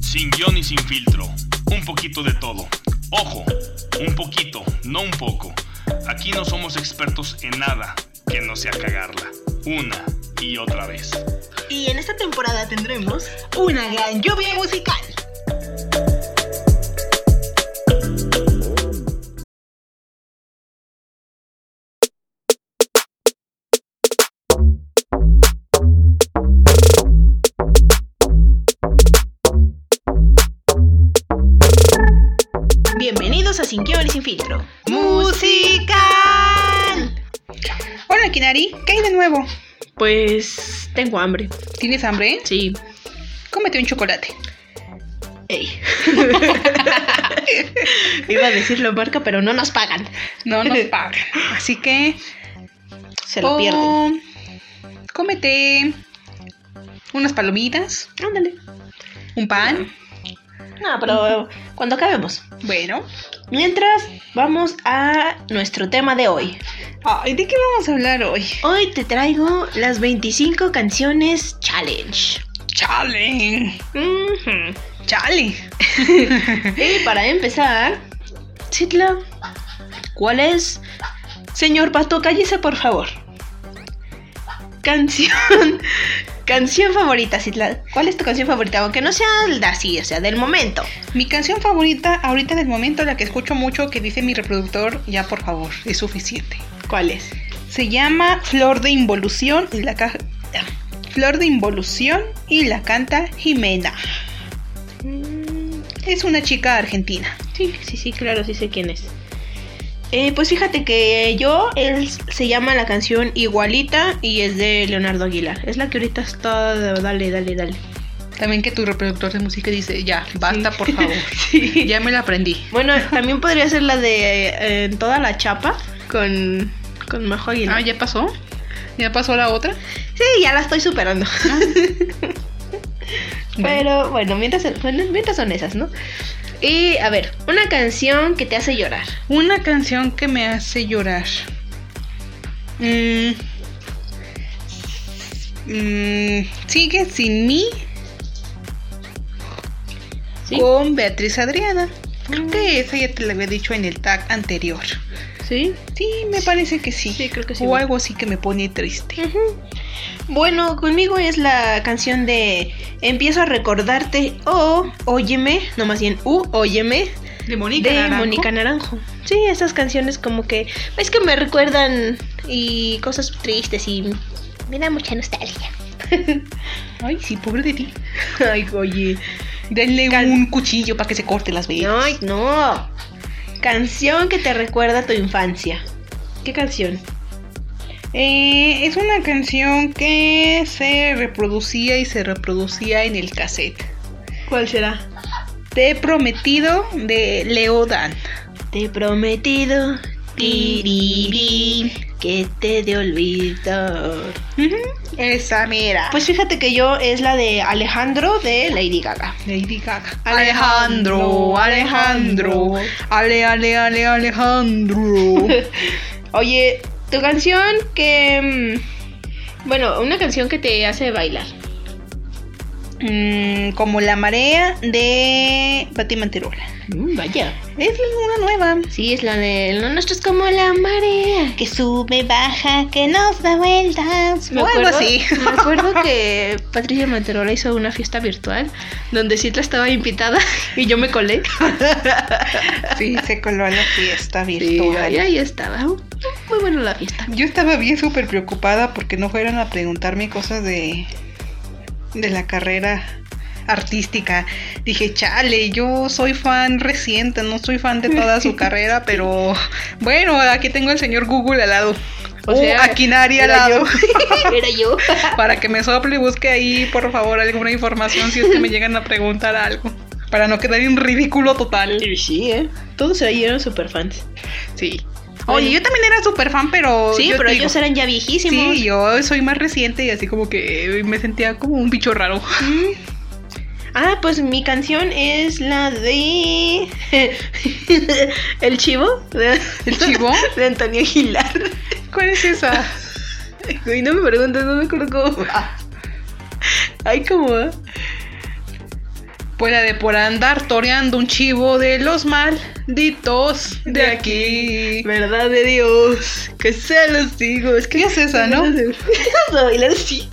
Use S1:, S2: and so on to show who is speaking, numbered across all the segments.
S1: Sin guión y sin filtro. Un poquito de todo. Ojo, un poquito, no un poco. Aquí no somos expertos en nada que no sea cagarla. Una y otra vez.
S2: Y en esta temporada tendremos una gran lluvia musical. Bienvenidos a Sin Guión y Sin Filtro. ¡Musical!
S3: Hola, Kinari, ¿qué hay de nuevo?
S2: Pues tengo hambre.
S3: ¿Tienes hambre?
S2: Sí.
S3: Cómete un chocolate.
S2: Ey. Iba a decirlo marca, pero no nos pagan.
S3: No nos paga. Así que.
S2: Se lo
S3: o
S2: pierden.
S3: Cómete unas palomitas,
S2: Ándale.
S3: un pan.
S2: No, pero cuando acabemos.
S3: Bueno.
S2: Mientras, vamos a nuestro tema de hoy.
S3: Ay, ¿de qué vamos a hablar hoy?
S2: Hoy te traigo las 25 canciones challenge.
S3: Chale.
S2: Ujú.
S3: Chale.
S2: Y para empezar, Chitla, ¿cuál es? Señor Pato, cállese por favor. Canción, canción favorita, Chitla. ¿Cuál es tu canción favorita? Aunque no sea de así, o sea, del momento.
S3: Mi canción favorita ahorita del momento, la que escucho mucho, que dice mi reproductor, ya por favor, es suficiente.
S2: ¿Cuál es?
S3: Se llama Flor de Involución y la ca- Flor de Involución y la canta Jimena. Es una chica argentina.
S2: Sí, sí, sí, claro, sí sé quién es. Eh, pues fíjate que yo, él se llama la canción Igualita y es de Leonardo Aguilar. Es la que ahorita está, de- dale, dale, dale.
S3: También que tu reproductor de música dice, ya, basta
S2: Sí.
S3: por favor.
S2: Sí.
S3: Ya me la aprendí.
S2: Bueno, también podría ser la de eh, en toda la chapa con, con Majo Aguilar.
S3: Ah, ¿ya pasó? ¿Ya pasó la otra?
S2: Sí, ya la estoy superando. Pero bueno mientras, bueno, mientras son esas, ¿no? Y a ver, una canción que te hace llorar.
S3: Una canción que me hace llorar. Mm. Mm, Sigue sin mí
S2: ¿Sí?
S3: con Beatriz Adriana. Creo
S2: Mm.
S3: que esa ya te la había dicho en el tag anterior.
S2: ¿Sí?
S3: Sí, me parece que sí.
S2: Sí, creo que sí.
S3: O algo así que me pone triste.
S2: Ujú. Bueno, conmigo es la canción de Empiezo a recordarte o Óyeme, no más bien U, Óyeme,
S3: De
S2: de Mónica Naranjo. Sí, esas canciones como que es que me recuerdan y cosas tristes y me da mucha nostalgia.
S3: Ay, sí, pobre de ti.
S2: Ay, oye.
S3: Denle un cuchillo para que se corte las venas.
S2: Ay, no. Canción que te recuerda a tu infancia. ¿Qué canción?
S3: Eh, es una canción que se reproducía y se reproducía en el cassette.
S2: ¿Cuál será?
S3: Te he prometido de Leodan.
S2: Te he prometido tiriri, que te de olvidar.
S3: Ujú, Esa, mira.
S2: Pues fíjate que yo es la de Alejandro de Lady Gaga.
S3: Lady Gaga. Alejandro, Alejandro. Ale, ale, ale, Alejandro.
S2: Oye, tu canción que... mm, Bueno, una canción que te hace bailar.
S3: Mm, como la marea de Pati Manterola.
S2: Mm, vaya.
S3: Es una nueva.
S2: Sí, es la de... Lo nuestro es como la marea.
S3: Que sube, baja, que nos da vueltas.
S2: Me
S3: o algo
S2: acuerdo,
S3: así.
S2: me acuerdo que Patricia Manterola hizo una fiesta virtual donde Citla estaba invitada y yo me colé.
S3: Sí, se coló a la fiesta
S2: Y
S3: virtual.
S2: ahí, ahí estaba. Muy buena la fiesta.
S3: Yo estaba bien súper preocupada porque no fueran a preguntarme cosas de, de la carrera artística. Dije, chale, yo soy fan reciente, no soy fan de toda su carrera, pero bueno, aquí tengo al señor Google al lado.
S2: O
S3: O
S2: sea,
S3: sea, a Kinari al
S2: era
S3: lado.
S2: Era yo.
S3: Para que me sople y busque ahí, por favor, alguna información si es que me llegan a preguntar algo. Para no quedar en ridículo total.
S2: Sí, ¿eh? Todos ahí eran super fans.
S3: Sí.
S2: Bueno.
S3: Oye, yo también era súper fan, pero.
S2: Sí,
S3: yo
S2: pero
S3: digo-
S2: ellos eran ya viejísimos.
S3: Sí, yo soy más reciente y así como que me sentía como un bicho raro.
S2: Ah, pues mi canción es la de... El chivo. de-
S3: ¿El chivo?
S2: De Antonio Aguilar.
S3: ¿Cuál es esa?
S2: Güey, no me
S3: Ah.
S2: preguntes, no me acuerdo cómo va. Ay, ¿cómo va?
S3: Fuera Pues de por andar toreando un chivo de los malditos de aquí.
S2: Verdad de Dios, que se los digo. Es que
S3: ¿Qué es esa, no?
S2: Empiezas a bailar así.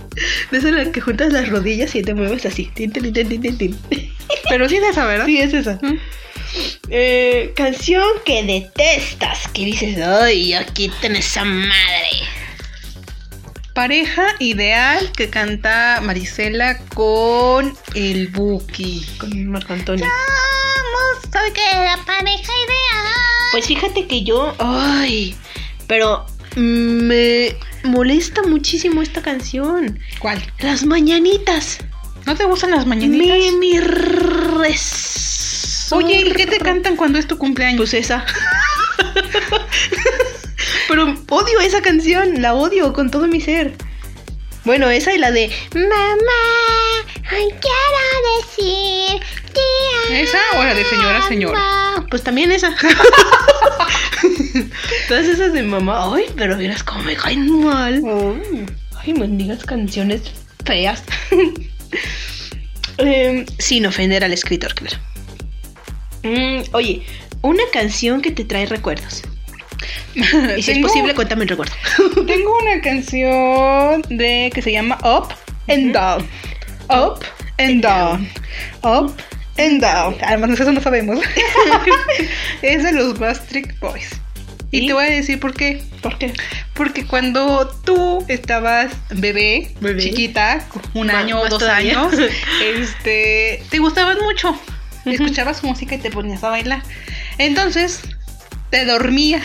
S2: De esa en la que juntas las rodillas y te mueves así. Tin, tin, tin, tin, tin, tin.
S3: Pero sí es esa, ¿verdad?
S2: Sí, es esa. Eh, canción que detestas, que dices, ay, aquí tenés esa madre.
S3: Pareja ideal que canta Marisela con el Buki.
S2: Con Marco Antonio.
S3: Vamos, soy que la pareja ideal.
S2: Pues fíjate que yo, ay, pero me molesta muchísimo esta canción.
S3: ¿Cuál?
S2: Las mañanitas.
S3: ¿No te gustan las
S2: Me,
S3: mañanitas?
S2: me res.
S3: Oye, ¿y qué te cantan cuando es tu cumpleaños?
S2: Pues esa. Pero odio esa canción, la odio con todo mi ser. Bueno, esa y la de Mamá, ay, quiero decir te
S3: ¿Esa o la de señora, señora?
S2: amo". Pues también esa. Todas esas de mamá, ay, pero vieras cómo me caen mal. Ay, mendigas canciones feas. Em, sin ofender al escritor, claro. Mm, oye, una canción que te trae recuerdos. Ah, Y si es
S3: Tengo-
S2: posible, cuéntame el recuerdo.
S3: Tengo una canción de que se llama Up and Down. Up and Down. Up and Down. Además, eso no sabemos. es de los Backstreet Boys. ¿Y?
S2: ¿Y?
S3: te voy a decir por qué.
S2: ¿Por qué?
S3: Porque cuando tú estabas bebé,
S2: Bebé.
S3: chiquita, un
S2: Ma-
S3: año o
S2: más
S3: dos
S2: todavía.
S3: años, este, te gustaban mucho.
S2: Ujú.
S3: Escuchabas música y te ponías a bailar. Entonces, te dormías.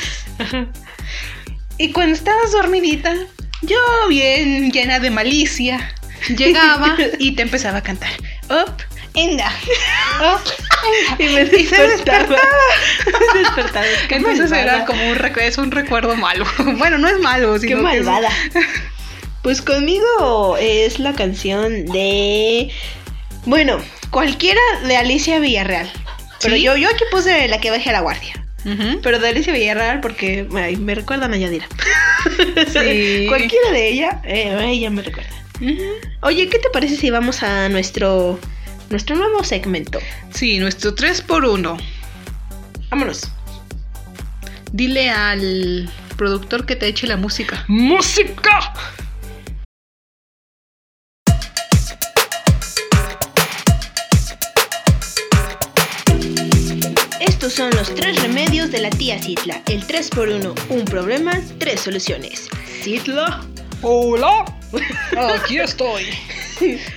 S3: Y cuando estabas dormidita, yo bien llena de malicia, llegaba y te empezaba a cantar. Up and down. Up and down.
S2: Y me
S3: Y se
S2: despertaba. Me despertaba. Qué
S3: Entonces
S2: malvada.
S3: era como un, recu- es un recuerdo malo. Bueno, no es malo,
S2: Qué
S3: sino que es-
S2: malvada. Pues conmigo es la canción de. Bueno, cualquiera de Alicia Villarreal. Pero
S3: ¿Sí?
S2: yo, yo aquí puse la que baje a la guardia.
S3: Ujú.
S2: Pero de Alicia Villarreal porque ay, me recuerda a Nayadira.
S3: Sí.
S2: Cualquiera de ella, eh, ella me recuerda. Oye, ¿qué te parece si vamos a nuestro nuestro nuevo segmento?
S3: Sí, nuestro 3 por 1
S2: Vámonos.
S3: Dile al productor que te eche la música.
S1: ¡Música!
S2: Estos son los tres remedios de la tía Citla. El 3x1, un problema, tres soluciones. Citla.
S3: Hola, aquí estoy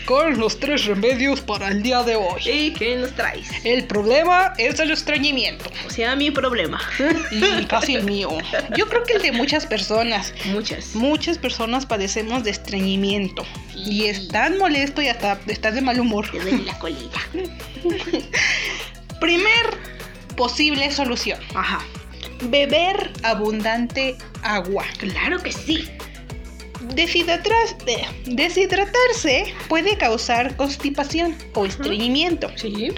S3: con los tres remedios para el día de hoy.
S2: ¿Y qué nos traes?
S3: El problema es el estreñimiento.
S2: O sea, mi problema.
S3: Y casi el mío. Yo creo que el de muchas personas.
S2: Muchas.
S3: Muchas personas padecemos de estreñimiento. Y es tan molesto y hasta estás de mal humor.
S2: Te duele la colita.
S3: Primer posible solución.
S2: Ajá.
S3: Beber abundante agua.
S2: Claro que sí.
S3: Deshidratras- eh, deshidratarse puede causar constipación o estreñimiento.
S2: Sí.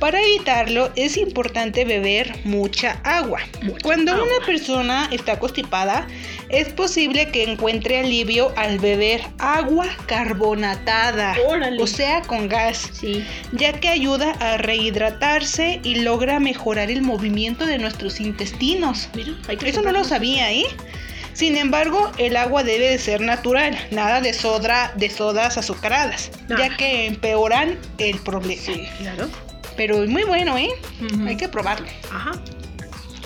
S3: Para evitarlo es importante beber mucha agua.
S2: Mucha
S3: Cuando
S2: agua.
S3: una persona está constipada, es posible que encuentre alivio al beber agua carbonatada,
S2: Órale.
S3: o sea, con gas,
S2: Sí.
S3: ya que ayuda a rehidratarse y logra mejorar el movimiento de nuestros intestinos.
S2: Mira, hay que
S3: Eso no lo
S2: comprarlo.
S3: sabía, ¿eh? Sin embargo, el agua debe de ser natural, nada de soda, de sodas azucaradas,
S2: Ah.
S3: ya que empeoran el problema.
S2: Sí, Mm. claro.
S3: Pero es muy bueno, ¿eh?
S2: Ujú.
S3: Hay que probarlo.
S2: Ajá.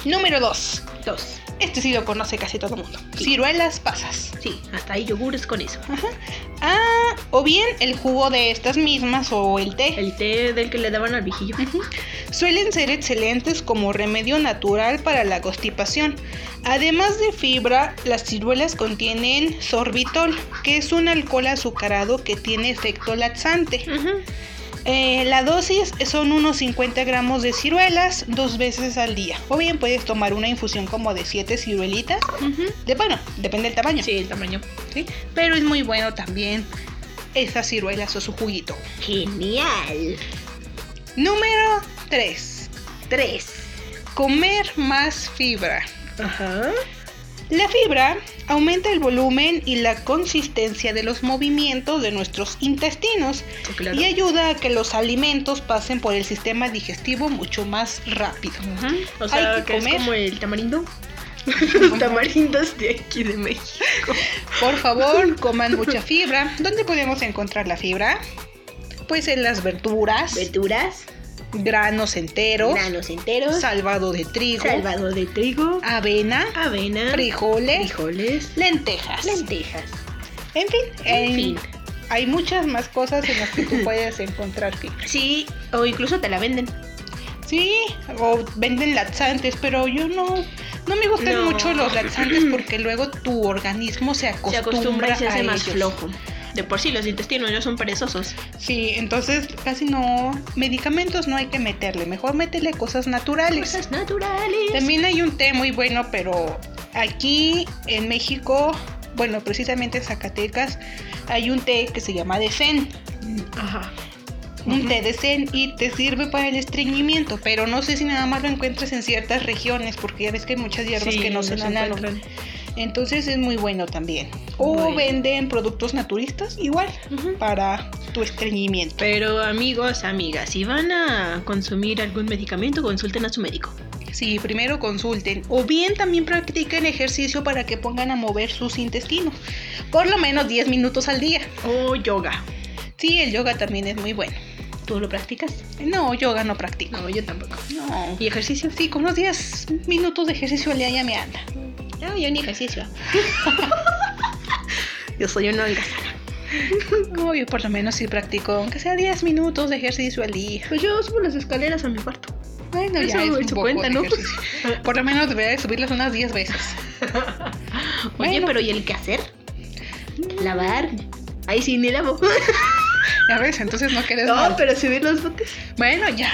S3: Número 2.
S2: Dos.
S3: Este sí lo conoce casi todo el mundo.
S2: Sí.
S3: Ciruelas pasas.
S2: Sí, hasta hay yogures con eso.
S3: Ajá. Ah, o bien el jugo de estas mismas o el té.
S2: El té del que le daban al viejillo.
S3: Ujú. Suelen ser excelentes como remedio natural para la constipación. Además de fibra, las ciruelas contienen sorbitol, que es un alcohol azucarado que tiene efecto laxante.
S2: Ujú.
S3: Eh, la dosis son unos 50 gramos de ciruelas dos veces al día. O bien puedes tomar una infusión como de 7 ciruelitas.
S2: Ujú.
S3: De, bueno, depende del tamaño.
S2: Sí, el tamaño.
S3: ¿sí? Pero es muy bueno también esas ciruelas o su juguito.
S2: Genial.
S3: Número 3.
S2: Tres.
S3: Comer más fibra.
S2: Ajá.
S3: La fibra aumenta el volumen y la consistencia de los movimientos de nuestros intestinos
S2: Sí, claro.
S3: y ayuda a que los alimentos pasen por el sistema digestivo mucho más rápido.
S2: Ajá. O sea,
S3: Hay que
S2: que,
S3: comer.
S2: es como el tamarindo. Los tamarindos de aquí de México.
S3: Por favor, coman mucha fibra. ¿Dónde podemos encontrar la fibra? Pues en las verduras,
S2: Verduras,
S3: granos enteros,
S2: granos enteros,
S3: salvado de trigo,
S2: salvado de trigo,
S3: avena,
S2: avena,
S3: frijoles,
S2: frijoles,
S3: lentejas.
S2: lentejas.
S3: En fin,
S2: En
S3: en-
S2: fin.
S3: hay muchas más cosas en las que tú puedes encontrar fibra.
S2: Sí, o incluso te la venden.
S3: Sí, o venden laxantes, pero yo no, no me gustan
S2: No.
S3: mucho los laxantes porque luego tu organismo se
S2: Se
S3: acostumbra,
S2: acostumbra y se hace
S3: a
S2: más
S3: ellos.
S2: flojo. De por sí, los intestinos no son perezosos.
S3: Sí, entonces casi no, medicamentos no hay que meterle, mejor métele cosas naturales.
S2: Cosas naturales.
S3: También hay un té muy bueno, pero aquí en México, bueno, precisamente en Zacatecas, hay un té que se llama de zen,
S2: Ajá.
S3: un té de zen y te sirve para el estreñimiento, pero no sé si nada más lo encuentres en ciertas regiones, porque ya ves que hay muchas hierbas
S2: Sí,
S3: que no se dan a lo-
S2: encuentran.
S3: Entonces es muy bueno también. O
S2: Bueno.
S3: venden productos naturistas igual
S2: Ujú.
S3: para tu estreñimiento.
S2: Pero amigos, amigas, si van a consumir algún medicamento, consulten a su médico.
S3: Sí, primero consulten. O bien también practiquen ejercicio para que pongan a mover sus intestinos. Por lo menos 10 minutos al día.
S2: O yoga.
S3: Sí, el yoga también es muy bueno.
S2: ¿Tú lo practicas?
S3: No, yoga no practico.
S2: No, yo tampoco.
S3: No.
S2: ¿Y ejercicio?
S3: Sí, con unos 10 minutos de ejercicio al día ya me anda.
S2: No, yo ni ejercicio. yo soy una holgazana.
S3: No, yo por lo menos sí practico, aunque sea 10 minutos de ejercicio al día.
S2: Pues yo subo las escaleras a mi cuarto.
S3: Bueno,
S2: Eso
S3: ya es
S2: en
S3: un
S2: su
S3: poco
S2: cuenta,
S3: de
S2: ¿no?
S3: ejercicio.
S2: Ah,
S3: Por lo menos debería de subirlas unas 10 veces.
S2: Oye,
S3: Bueno.
S2: pero ¿y el qué hacer? Mm. Lavar. Ahí sí, ni lavo.
S3: Ya ves, entonces no quieres
S2: No,
S3: mal.
S2: pero subir los botes.
S3: Bueno, ya.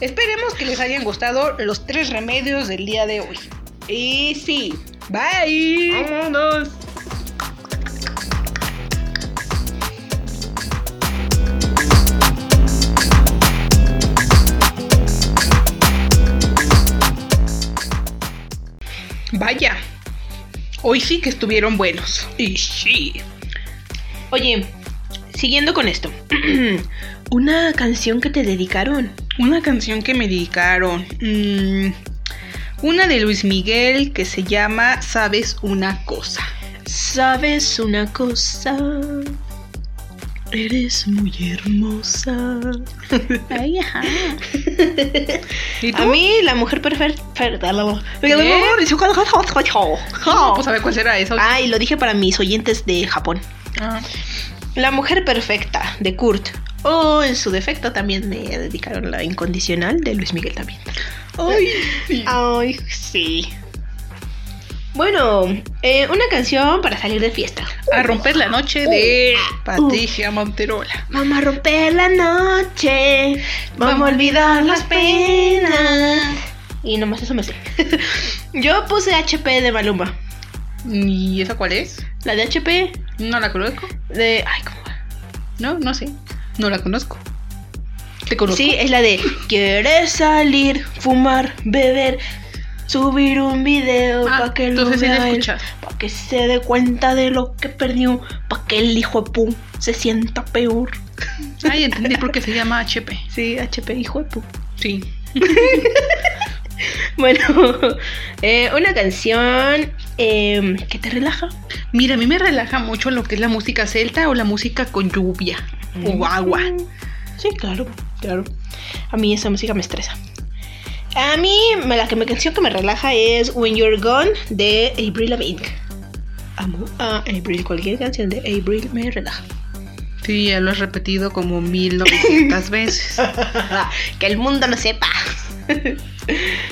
S3: Esperemos que les hayan gustado los tres remedios del día de hoy.
S2: Y sí.
S3: Bye.
S2: Vámonos.
S3: Vaya. Hoy sí que estuvieron buenos.
S2: Y sí. Oye, siguiendo con esto. Una canción que te dedicaron.
S3: Una canción que me dedicaron. mm, una de Luis Miguel que se llama Sabes una cosa.
S2: Sabes una cosa. Eres muy hermosa. Ay, ajá.
S3: ¿Y
S2: A mí, la mujer perfecta.
S3: No, pues a ver cuál será eso.
S2: Ay, lo dije para mis oyentes de Japón.
S3: Ah.
S2: La mujer perfecta de Kurt. O en su defecto también me dedicaron la incondicional de Luis Miguel también.
S3: Ay, sí.
S2: Ay, sí. Bueno, eh, una canción para salir de fiesta.
S3: A romper la noche de
S2: Uh,
S3: Patricia Monterola.
S2: Vamos a romper la noche. Vamos a olvidar las penas. Y nomás eso me sé. Yo puse HP de Malumba.
S3: ¿Y esa cuál es?
S2: La de HP
S3: No la conozco.
S2: de. Ay, ¿cómo va?
S3: No, no sé. No la conozco. ¿Te conozco?
S2: Sí, es la de. Quieres salir, fumar, beber, subir un video
S3: Ah,
S2: para que lo
S3: entonces sí la
S2: vea él,
S3: escuchas.
S2: pa' que se dé cuenta de lo que perdió, para que el hijo de pu se sienta peor.
S3: Ay, entendí por qué se llama HP.
S2: Sí, HP, hijo de pu.
S3: Sí.
S2: Bueno, eh, una canción eh, que te relaja.
S3: Mira, a mí me relaja mucho lo que es la música celta o la música con lluvia
S2: Mm.
S3: o agua.
S2: Sí, claro, claro. A mí esa música me estresa. A mí me- la que me canción que me relaja es When You're Gone de April Lavigne. Amo a April. Cualquier canción de April me relaja.
S3: Sí, ya lo has repetido como 1900 veces.
S2: que el mundo no sepa.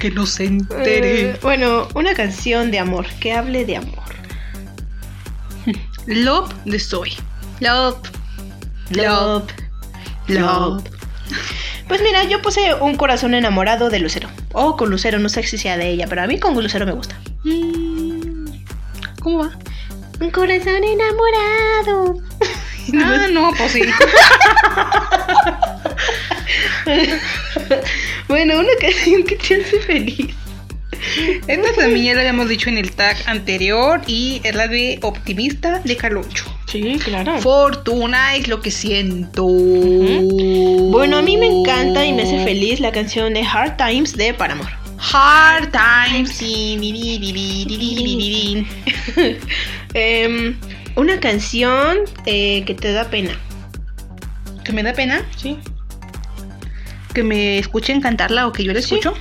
S3: Que no se entere.
S2: Eh, bueno, una canción de amor que hable de amor.
S3: Love de Soy. Love.
S2: Love.
S3: Love.
S2: Pues mira, yo puse un corazón enamorado de Lucero. O con Lucero, no sé si sea de ella, pero a mí con Lucero me gusta.
S3: Mm, ¿Cómo va?
S2: Un corazón enamorado.
S3: Ah, no, pues sí.
S2: bueno, una canción que te hace feliz.
S3: Esta también ya la habíamos dicho en el tag anterior y es la de optimista de Caloncho.
S2: Sí, claro.
S3: Fortuna es lo que siento.
S2: Bueno, a mí me encanta y me hace feliz la canción de Hard Times de Paramore.
S3: Hard times. di, di, di, di, di, di, di, di, di, di.
S2: Em, una canción eh, que te da pena.
S3: ¿Que me da pena?
S2: Sí.
S3: ¿Que me escuchen cantarla o que yo la
S2: Sí.
S3: escucho?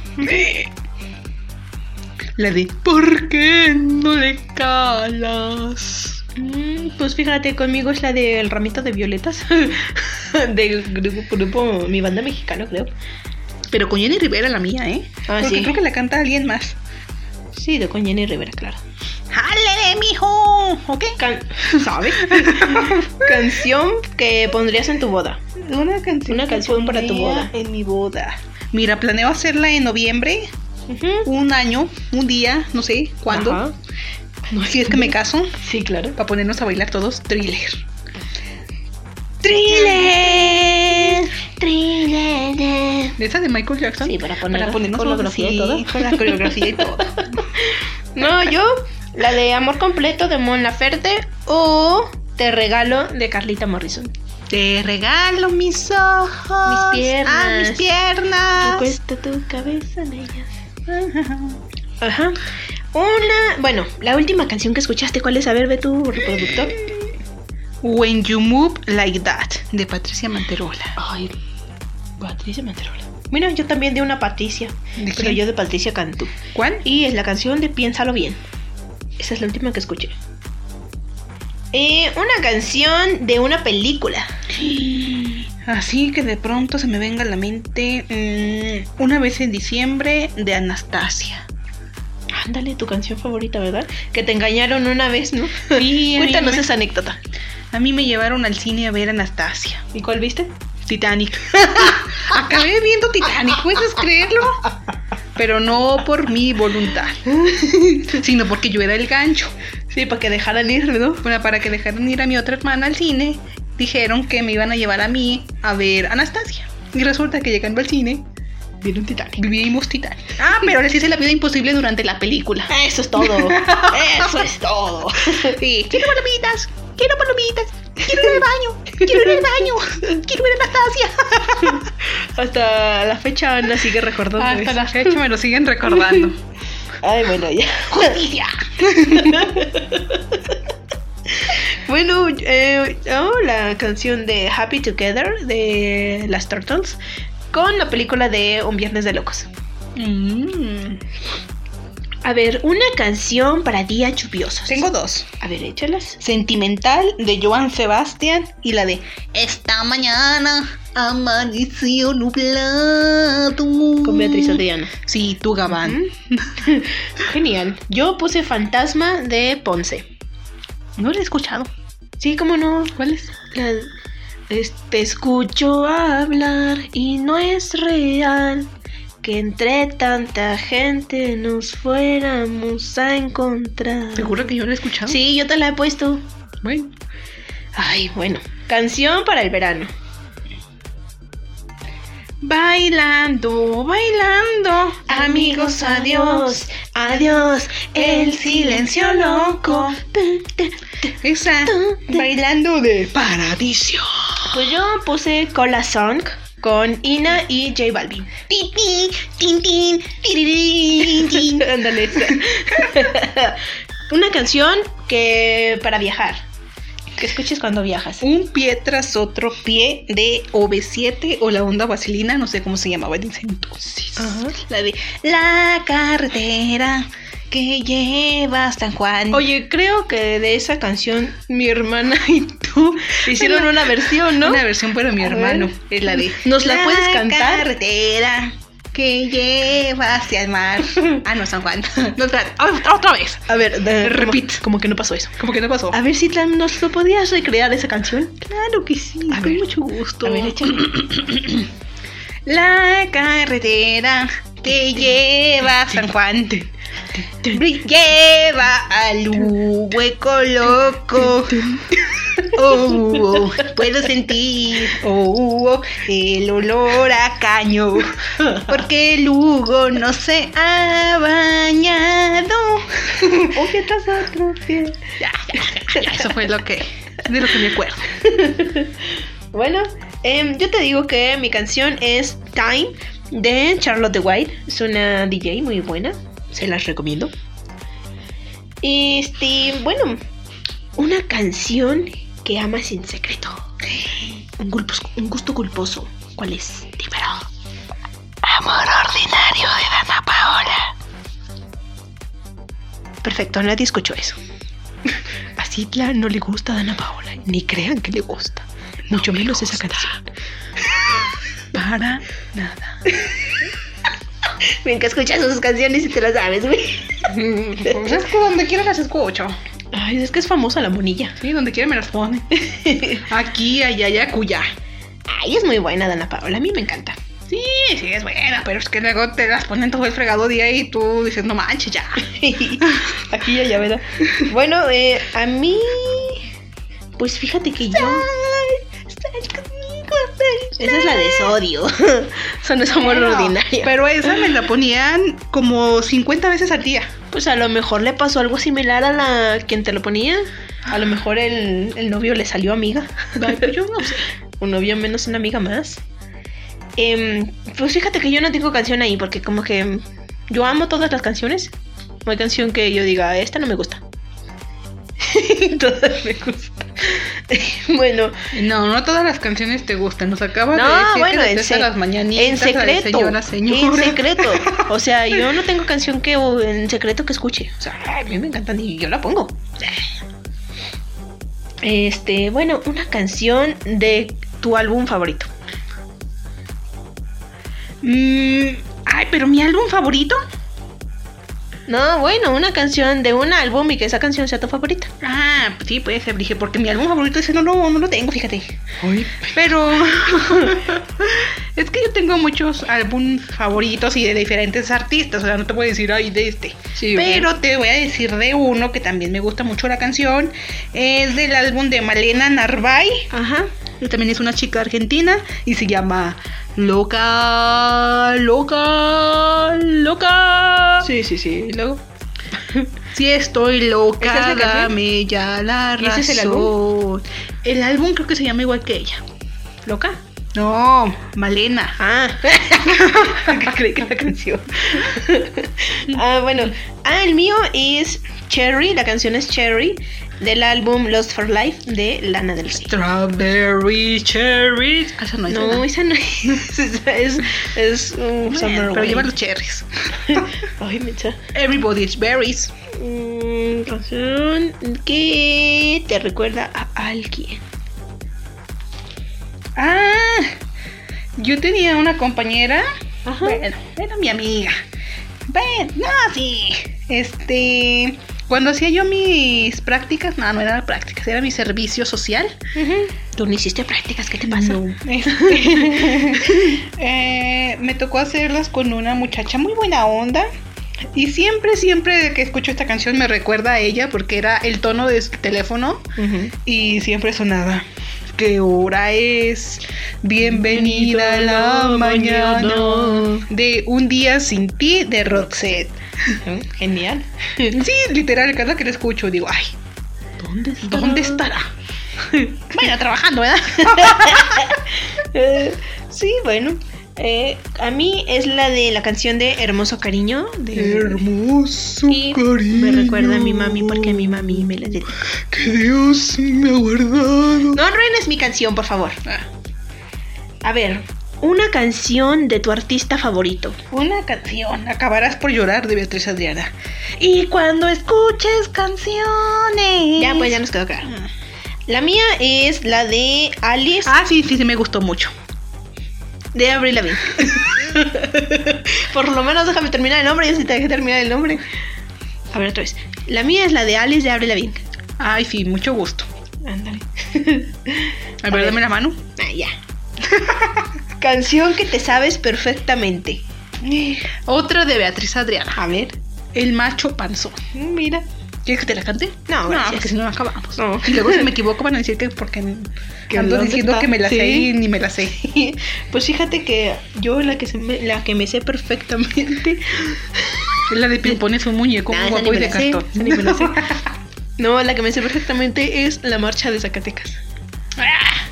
S3: La de ¿Por qué no le calas?
S2: Mm, Pues fíjate, conmigo es la del ramito de violetas del grupo, grupo Mi Banda Mexicana, creo.
S3: Pero con Jenny Rivera la mía, ¿eh?
S2: Ah,
S3: Porque
S2: sí.
S3: creo que la canta alguien más.
S2: Sí, de con Jenny Rivera, claro.
S3: ¡Jálele, mijo! ¿Ok?
S2: Can- ¿Sabes? canción que pondrías en tu boda.
S3: Una canción.
S2: Una
S3: que
S2: canción para tu
S3: pondría
S2: boda.
S3: En mi boda. Mira, planeo hacerla en noviembre,
S2: Ujú.
S3: un año, un día, no sé cuándo.
S2: Ajá.
S3: Si es que me caso,
S2: Sí, claro.
S3: para ponernos a bailar todos, thriller. ¡Thriller! De esa de Michael Jackson.
S2: Sí, para poner
S3: ponernos
S2: coreografía y
S3: todos así,
S2: todo.
S3: Con la coreografía y todo.
S2: No, yo la de Amor Completo de Mon Laferte o Te Regalo de Carlita Morrison.
S3: Te regalo mis ojos.
S2: Mis piernas.
S3: Ah, mis
S2: Ah.
S3: piernas.
S2: Cuesta tu cabeza en ellas. Ajá. Una, bueno, la última canción que escuchaste, ¿cuál es? A ver, ve tu reproductor.
S3: When You Move Like That, de Patricia Manterola.
S2: Ay, Patricia Manterola. Mira, yo también de una Patricia,
S3: ¿De
S2: pero
S3: quién?
S2: yo de Patricia Cantú.
S3: ¿Cuál?
S2: Y es la canción de Piénsalo Bien. Esa es la última que escuché. Eh, una canción de una película.
S3: Así que de pronto se me venga a la mente mm, una vez en diciembre de Anastasia.
S2: Ándale, tu canción favorita, ¿verdad? Que te engañaron una vez, ¿no?
S3: Sí, a mí
S2: Cuéntanos
S3: me-
S2: esa anécdota.
S3: A mí me llevaron al cine a ver Anastasia.
S2: ¿Y cuál viste?
S3: Titanic. Acabé viendo Titanic, ¿puedes creerlo? Pero no por mi voluntad, sino porque yo era el gancho.
S2: Sí, para que dejaran ir, ¿no?
S3: Bueno, para que dejaran ir a mi otra hermana al cine, dijeron que me iban a llevar a mí a ver Anastasia. Y resulta que llegando al cine,
S2: Vieron Titanic.
S3: vivimos Titanic. Ah, pero les hice la vida imposible durante la película.
S2: Eso es todo. Eso es todo.
S3: Sí, quiero palomitas, quiero palomitas, quiero ir al baño, quiero ir al baño, quiero ver a Anastasia.
S2: Hasta la fecha Ana sigue recordando
S3: Hasta
S2: eso.
S3: la fecha me lo siguen recordando.
S2: Ay, bueno, ya.
S3: ¡Justicia!
S2: Bueno, eh, oh, la canción de Happy Together de las Turtles con la película de Un Viernes de Locos.
S3: Mm.
S2: A ver, una canción para días lluviosos.
S3: Tengo dos.
S2: A ver, échalas.
S3: Sentimental de Joan Sebastián y la de Esta mañana amaneció nublado.
S2: Con
S3: Mm.
S2: Beatriz Adriana.
S3: Sí, tu gabán.
S2: Genial. Yo puse Fantasma de Ponce.
S3: No lo he escuchado.
S2: Sí, cómo no.
S3: ¿Cuál es?
S2: La- es- te escucho hablar y no es real que entre tanta gente nos fuéramos a encontrar.
S3: Seguro que yo lo he escuchado.
S2: Sí, yo te la he puesto.
S3: Bueno.
S2: Ay, bueno. Canción para el verano.
S3: Bailando, bailando.
S2: Amigos, adiós, adiós, el silencio loco.
S3: Esa. Bailando de paradiso.
S2: Pues yo puse Cola Song con Ina y J Balvin.
S3: Tin, tin, tin, tin, tin.
S2: Ándale, esa. Una canción que para viajar. Que escuches cuando viajas.
S3: Un pie tras otro pie de OV7 o la onda vaselina, no sé cómo se llamaba en ese entonces.
S2: Ajá.
S3: La de la cartera que lleva San Juan.
S2: Oye, creo que de esa canción mi hermana y tú hicieron una versión, ¿no?
S3: Una versión para mi
S2: A
S3: hermano.
S2: ver.
S3: Es la de.
S2: ¿Nos la puedes cantar?
S3: carretera que lleva hacia el mar. Ah, no, San Juan. No, espera, ot- otra vez.
S2: A ver, de- como-
S3: Repeat.
S2: Como, que no pasó eso.
S3: Como que no pasó.
S2: A ver si tra- nos lo podías recrear esa canción.
S3: claro que sí.
S2: A
S3: con
S2: ver.
S3: mucho gusto.
S2: A ver, échale.
S3: La carretera que lleva a San Juan. Lleva al hueco loco. Oh, oh, puedo sentir oh, oh, el olor a caño. Porque el Hugo no se ha bañado.
S2: Oye, tras otro pie.
S3: Eso fue lo que, de lo que me acuerdo.
S2: Bueno, em, yo te digo que mi canción es Time de Charlotte de White. Es una DJ muy buena. Se las recomiendo. Este, bueno, una canción que amas en secreto. Un, gulpos- un gusto culposo. ¿Cuál es? Dímelo. Amor ordinario de Dana Paola. Perfecto, nadie escuchó eso. A Citla no le gusta Dana Paola. Ni crean que le gusta. Mucho menos esa canción.
S3: Para nada.
S2: Bien que escuchas sus canciones y te las sabes, güey.
S3: Pues es que donde quiera las escucho.
S2: Ay, es que es famosa la monilla.
S3: Sí, donde quiera me las pone. Aquí, allá, allá, cuya.
S2: Ay, es muy buena Dana Paola, a mí me encanta.
S3: Sí, sí, es buena, pero es que luego te las ponen todo el fregado día y tú dices, no manches, ya.
S2: Aquí ya, ya verá. Bueno, eh, a mí. Pues fíjate que yo. Esa es la de sodio. Eso no es amor
S3: Bueno,
S2: ordinario.
S3: Pero esa me la ponían como 50 veces al día.
S2: pues a lo mejor le pasó algo similar a la quien te lo ponía. A lo mejor el, el novio le salió amiga.
S3: pues
S2: Un novio menos una amiga más. Em, pues fíjate que yo no tengo canción ahí porque como que em, yo amo todas las canciones. No hay canción que yo diga, esta no me gusta. todas me gustan. bueno,
S3: No, no todas las canciones te gustan. Nos acabas de
S2: no,
S3: decir
S2: bueno,
S3: que
S2: en,
S3: detestas
S2: se-
S3: las mañanitas,
S2: en
S3: la de
S2: secreto.
S3: señora, señora.
S2: En secreto. O sea, yo no tengo canción que o, en secreto que escuche. O sea, a mí me encantan y yo la pongo. Este, bueno, una canción de tu álbum favorito.
S3: Mm, ay, pero mi álbum favorito.
S2: No, bueno, una canción de un álbum y que esa canción sea tu favorita.
S3: Ah, sí, puede ser, dije, porque mi álbum favorito ese no lo, no lo tengo, fíjate.
S2: Uy.
S3: Pero es que yo tengo muchos álbumes favoritos y de diferentes artistas, o sea, no te voy a decir, ay, de este.
S2: Sí,
S3: Pero te voy a decir de uno que también me gusta mucho la canción, es del álbum de Malena Narvay,
S2: Ajá.
S3: que también es una chica argentina y se llama Loca, Loca, Loca.
S2: Sí, sí, sí. Y luego.
S3: Si estoy
S2: ¿Esa
S3: loca,
S2: es la canción?
S3: dame ya la
S2: ¿Y ese
S3: razón.
S2: es el
S3: El álbum creo que se llama igual que ella.
S2: ¿Loca?
S3: No, Malena.
S2: Ah. Creí que la canción. ah, bueno. Ah, el mío es Cherry. La canción es Cherry. Del álbum Lost for Life de Lana del Rey.
S3: Strawberry cherries. Ah, esa no es
S2: No,
S3: buena.
S2: esa no es. Es, es un
S3: Bueno,
S2: summer
S3: pero
S2: Wine.
S3: lleva los cherries.
S2: Ay, mecha.
S3: Everybody's berries.
S2: Mm, canción que te recuerda a alguien.
S3: Ah, yo tenía una compañera.
S2: Ajá.
S3: Bueno, era mi amiga. Bueno, no, sí. Este, cuando hacía yo mis prácticas, no, no eran prácticas, era mi servicio social.
S2: Ujú. Tú no hiciste prácticas, ¿qué te pasa?
S3: Este, eh, me tocó hacerlas con una muchacha muy buena onda. Y siempre, siempre que escucho esta canción me recuerda a ella porque era el tono de su teléfono
S2: Ujú.
S3: y siempre sonaba. ¿Qué hora es? Bienvenida a la mañana de Un día sin ti de Roxette.
S2: Ujú, Genial.
S3: Sí, literal, cada que la escucho digo, ay,
S2: ¿Dónde estará?
S3: ¿dónde estará? Bueno, trabajando, ¿verdad?
S2: Eh, sí, bueno. eh, a mí es la de la canción de Hermoso Cariño. De...
S3: Hermoso
S2: Y me recuerda a mi mami porque mi mami me la dedica.
S3: Que Dios me ha guardado.
S2: No arruines mi canción, por favor. A ver, una canción de tu artista favorito.
S3: Una canción, acabarás por llorar de Beatriz Adriana. Y cuando escuches canciones.
S2: Ya, pues ya nos quedó claro. La mía es la de Alice
S3: Ah, sí, sí, sí, me gustó mucho.
S2: de Avril Lavigne. Por lo menos déjame terminar el nombre, yo sí te dejé terminar el nombre. A ver, otra vez. La mía es la de Alice de Avril Lavigne.
S3: Ay, sí, mucho gusto.
S2: Ándale.
S3: A ver,
S2: ver.
S3: dame la mano.
S2: Ah, ya. Canción que te sabes perfectamente.
S3: Otra de Beatriz Adriana.
S2: A ver.
S3: El macho panzón.
S2: Mira.
S3: ¿Quieres que te la cante?
S2: No,
S3: no
S2: gracias.
S3: porque si no acabamos.
S2: No.
S3: Y luego si me equivoco van a decir que porque
S2: Que
S3: ando
S2: ¿dónde
S3: diciendo
S2: está?
S3: que me la
S2: Sí.
S3: sé y ni me la sé.
S2: Pues fíjate que yo la que, se me, la que me sé perfectamente.
S3: Es la de Pimpones un muñeco
S2: Nah,
S3: un
S2: esa
S3: guapo
S2: ni
S3: y
S2: me
S3: de
S2: la sé,
S3: cartón.
S2: esa ni me la sé. No, la que me sé perfectamente es la marcha de Zacatecas.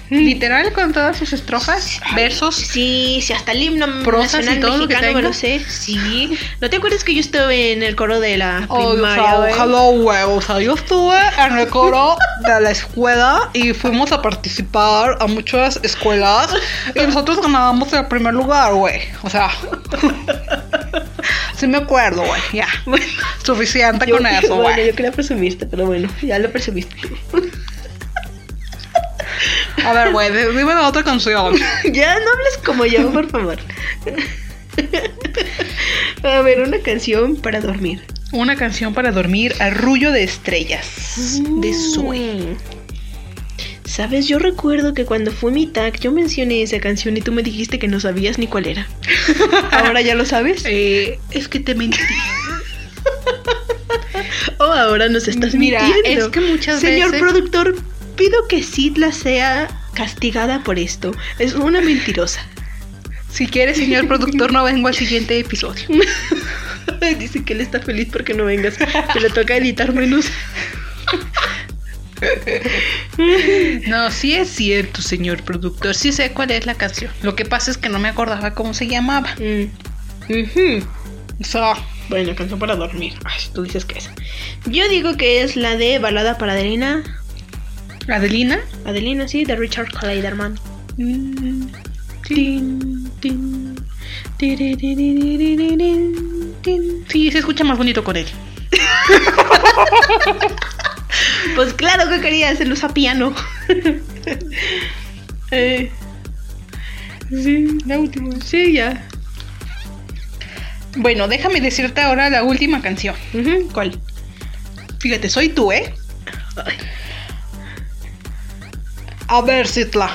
S2: Mm.
S3: Literal con todas sus estrofas, versos.
S2: Sí, sí, hasta el himno
S3: Prosas y
S2: nacional
S3: todo lo que
S2: mexicano me
S3: tenga.
S2: lo sé. Sí. ¿No te acuerdas que yo estuve en el coro de la
S3: O
S2: primaria? güey?
S3: sea, hello, güey. O sea, yo estuve en el coro de la escuela y fuimos a participar a muchas escuelas y nosotros ganábamos el primer lugar, güey. O sea, sí me acuerdo, güey. Ya,
S2: Bueno,
S3: suficiente
S2: yo,
S3: con eso,
S2: bueno,
S3: güey.
S2: yo quería presumirte, pero bueno, ya lo presumiste.
S3: A ver, güey, di- dime la otra canción.
S2: ya no hables como yo, por favor. A ver, una canción para dormir.
S3: Una canción para dormir, Arrullo de Estrellas, de
S2: Uh.
S3: Zoe.
S2: Sabes, yo recuerdo que cuando fue mi tag yo mencioné esa canción y tú me dijiste que no sabías ni cuál era. ¿Ahora ya lo sabes?
S3: Eh, es que te mentí.
S2: ¿O Oh, ahora nos estás
S3: Mira,
S2: mintiendo?
S3: es que muchas
S2: Señor
S3: veces-
S2: productor, pido que Sidla sea castigada por esto. Es una mentirosa.
S3: Si quieres, señor productor, no vengo al siguiente episodio.
S2: Dice que él está feliz porque no vengas. Que le toca editar menús.
S3: No, sí es cierto, señor productor. Sí sé cuál es la canción. Lo que pasa es que no me acordaba cómo se llamaba.
S2: Mm. Ujú.
S3: O sea,
S2: Bueno, canción para dormir. Ay, tú dices que esa. Yo digo que es la de Balada para Adelina.
S3: Adelina.
S2: Adelina, sí, de Richard Clayderman.
S3: Mm, tin, tin, tiriririririririn, tin. Sí, se escucha más bonito con él.
S2: Pues claro que quería hacerlo a piano. Eh,
S3: Sí, la última. Sí, ya. Bueno, déjame decirte ahora la última canción.
S2: ujú.
S3: ¿Cuál? Fíjate, soy tú, ¿eh?
S2: Ay.
S3: A ver, Citla.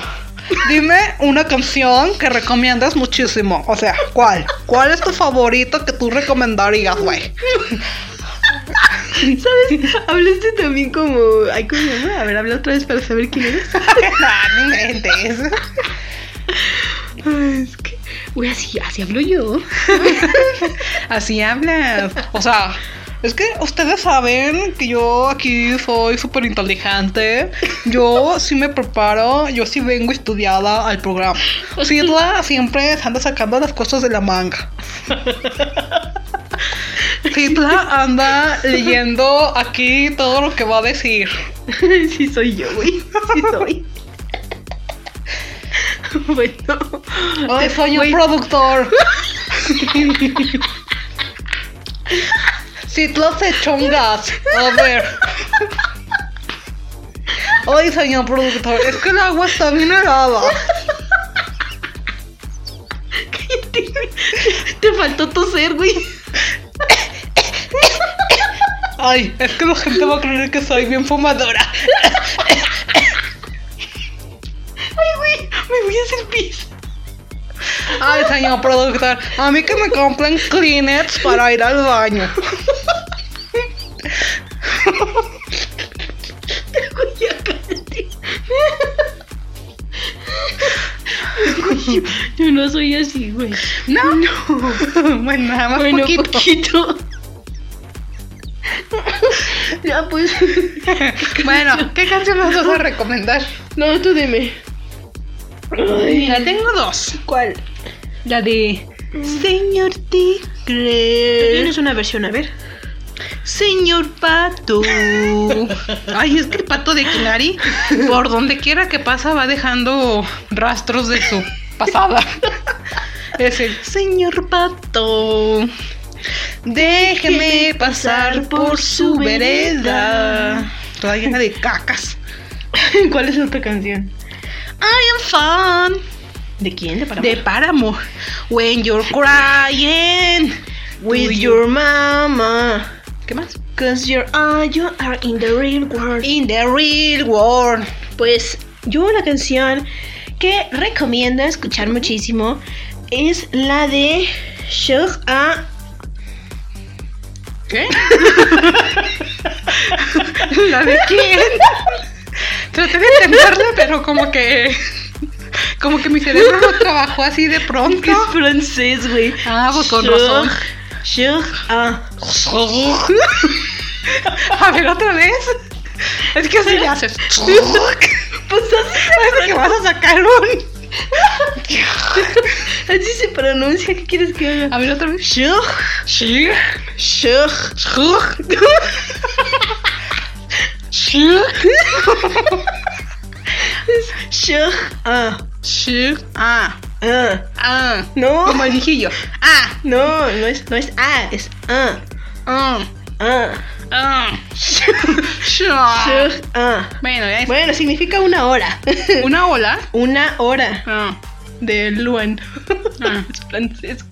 S3: Dime una canción que recomiendas muchísimo. O sea, ¿cuál? ¿Cuál es tu favorito que tú recomendarías, güey?
S2: ¿Sabes? Hablaste también como. Ay, ¿cómo se llama? A ver, habla otra vez para saber quién eres.
S3: no, ni mentes.
S2: Ay, es que. Uy, así, así hablo yo.
S3: Así hablas. O sea, es que ustedes saben que yo aquí soy súper inteligente. Yo sí me preparo, yo sí vengo estudiada al programa. Sidla siempre anda sacando las cosas de la manga. Sidla anda leyendo aquí todo lo que va a decir.
S2: sí, soy yo, güey. Sí, soy. bueno.
S3: Hoy soy un
S2: Güey,
S3: productor. Citla se echó un gas. A ver. Hoy soy un productor. Es que el agua está bien helada.
S2: Te, te faltó toser, güey.
S3: Ay, es que la gente va a creer que soy bien fumadora.
S2: Ay, güey, me voy a hacer pis.
S3: Ay, señor productor, a mí que me compren Kleenex para ir al baño.
S2: Güey, ya cállate. Güey, yo, yo no soy así, güey.
S3: No. Bueno, nada más
S2: Bueno,
S3: poquito.
S2: poquito. ya, pues.
S3: Bueno, ¿qué canción nos vas a recomendar?
S2: No, tú dime. Ay,
S3: Ya tengo dos.
S2: ¿Cuál?
S3: La de
S2: Señor Tigre.
S3: Tienes
S2: es una versión, a ver.
S3: Señor Pato. Ay, es que el pato de Kinari, por donde quiera que pasa, va dejando rastros de su pasada. Es el Señor Pato. Déjeme pasar por su vereda. Toda llena de cacas.
S2: ¿Cuál es otra canción?
S3: I am fun.
S2: ¿De quién? ¿De
S3: De páramo. When you're crying.
S2: With your mama.
S3: ¿Qué más?
S2: Cause your ah, you are in the real world.
S3: In the real world.
S2: Pues yo una canción que recomiendo escuchar muchísimo es la de Shock A.
S3: ¿Qué? ¿La de quién? Traté de entenderla, pero como que. Como que mi cerebro no trabajó así de
S2: Que
S3: pronto.
S2: es francés, güey.
S3: Ah, pues con razón.
S2: Sur, ah.
S3: A ver, otra vez. Es que así le haces.
S2: Pues así,
S3: Parece que vas a sacar un.
S2: se- así se pronuncia. ¿Qué quieres que haga?
S3: A ver, otra vez.
S2: Sur,
S3: Sí.
S2: sur.
S3: Sí.
S2: Sur, ah.
S3: Sí. Ah.
S2: Ah.
S3: Ah.
S2: No,
S3: Como el viejillo. Ah.
S2: no, no es, no es ah, es ah.
S3: Ah.
S2: Ah.
S3: Ah. Sí.
S2: Sur, ah.
S3: Bueno, ya es
S2: Bueno, significa una hora.
S3: una ola.
S2: Una hora.
S3: Ah.
S2: De Luan.
S3: Ah.
S2: Es francés.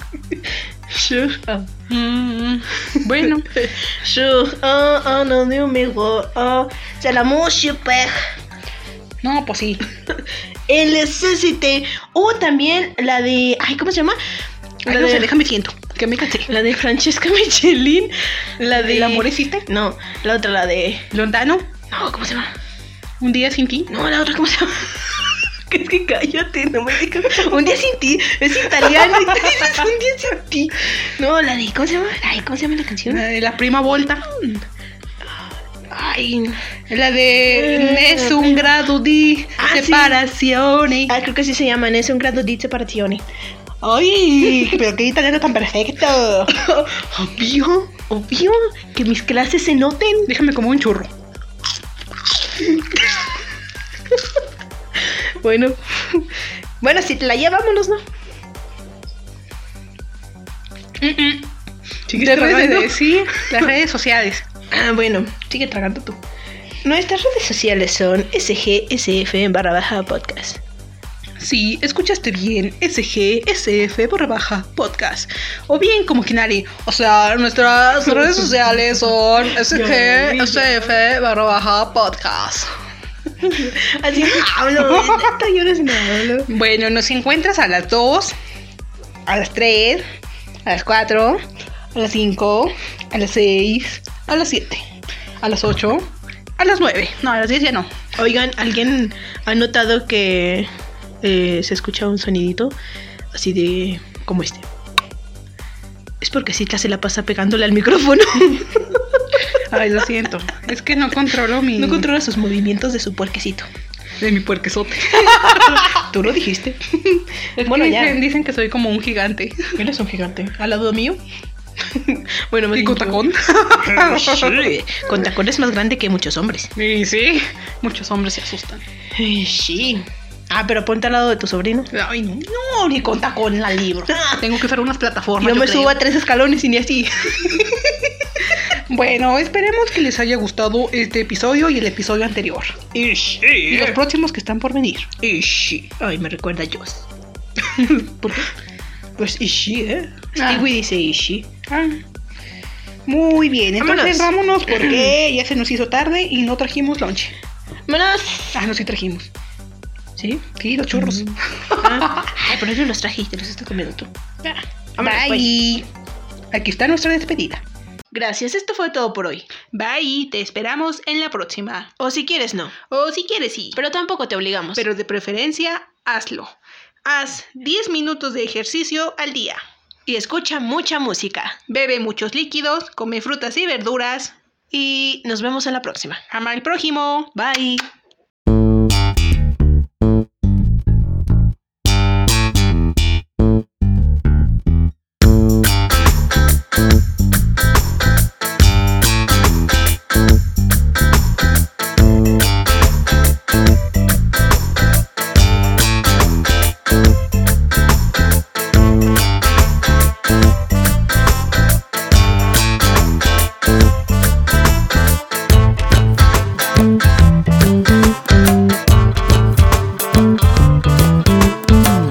S2: Sur, ah.
S3: Mm, Bueno.
S2: Sur, ah, ah, no, no, amigo. Ah, c'est l'amour super.
S3: No, pues sí.
S2: El necesite. O también la de. Ay, ¿cómo se llama? La
S3: Ay, no
S2: de-
S3: sé, déjame siento. Que me cansé.
S2: La de Francesca Michelin. La de.
S3: ¿La morecita?
S2: No, la otra, la de.
S3: Londano,
S2: No, ¿cómo se llama?
S3: un día sin ti.
S2: No, la otra, ¿cómo se llama? Que Es que cállate, no me digas. Un día sin ti, es italiano y te dices un día sin ti. No, la de, ¿cómo se llama? Ay, ¿cómo se llama la canción?
S3: La de la prima volta.
S2: Ay,
S3: La de es un grado de
S2: Ah, sí.
S3: separación.
S2: ay, creo que sí se llaman, es un grado di separazione.
S3: Ay, pero qué italiano tan perfecto.
S2: Obvio, obvio, que mis clases se noten.
S3: Déjame como un churro.
S2: Bueno, bueno, si te la llevámonos, ¿no?
S3: ¿Qué
S2: Las redes
S3: de
S2: de-
S3: decir? Las redes sociales.
S2: Ah, bueno, sigue tragando tú. Nuestras redes sociales son sgsf barra baja podcast.
S3: Sí, escuchaste bien, SG, SF, barra baja, podcast. O bien como Kinari. O sea, nuestras redes sociales son
S2: Ya,
S3: SG,
S2: ya.
S3: SF, barra baja, podcast.
S2: Así hablo, neta, yo no sé nada, hablo.
S3: Bueno, nos encuentras a las 2, a las 3, a las 4, a las 5, a las 6, a las 7, a las 8, a las 9. No, a las 10 ya no.
S2: Oigan, ¿alguien ha notado que eh, se escucha un sonidito así de como este? Es porque Cita se la pasa pegándole al micrófono.
S3: Ay, lo siento. Es que no controlo mi.
S2: No controla sus movimientos de su puerquecito.
S3: de mi puerquesote.
S2: Tú lo dijiste.
S3: Es
S2: bueno,
S3: que
S2: ya.
S3: Dicen, dicen que soy como un gigante.
S2: Eres un gigante. Al lado mío. bueno, más
S3: Y
S2: bien
S3: con
S2: yo.
S3: tacón.
S2: Sí, Con tacón es más grande que muchos hombres.
S3: Y sí, muchos hombres se asustan.
S2: Ay, Sí. Ah, pero ponte al lado de tu sobrino.
S3: Ay, no, no, ni con tacón la libro. Tengo que usar unas plataformas.
S2: Yo me
S3: creo.
S2: subo a tres escalones y ni así.
S3: Bueno, esperemos que les haya gustado este episodio y el episodio anterior.
S2: Y
S3: Y los próximos que están por venir.
S2: Ishi. Ay, me recuerda a Joss.
S3: ¿Por qué?
S2: Pues Ishi, ¿eh?
S3: Ah.
S2: Stewie dice Ishi.
S3: Ah. Muy bien, entonces
S2: Vámonos.
S3: vámonos, porque ya se nos hizo tarde y no trajimos lonche.
S2: ¡Manos!
S3: Ah, no, sí trajimos.
S2: ¿Sí?
S3: Sí, los churros.
S2: Mm. Ah, ay, pero yo los traje y te los estoy comiendo tú.
S3: Ah.
S2: Vámonos, pues.
S3: Bye. Aquí está nuestra despedida.
S2: Gracias, esto fue todo por hoy.
S3: Bye, te esperamos en la próxima.
S2: O si quieres, no.
S3: O si quieres, sí.
S2: Pero tampoco te obligamos.
S3: Pero de preferencia, hazlo. Haz 10 minutos de ejercicio al día.
S2: Y escucha mucha música.
S3: Bebe muchos líquidos, come frutas y verduras.
S2: Y nos vemos en la próxima.
S3: Ama al prójimo.
S2: Bye.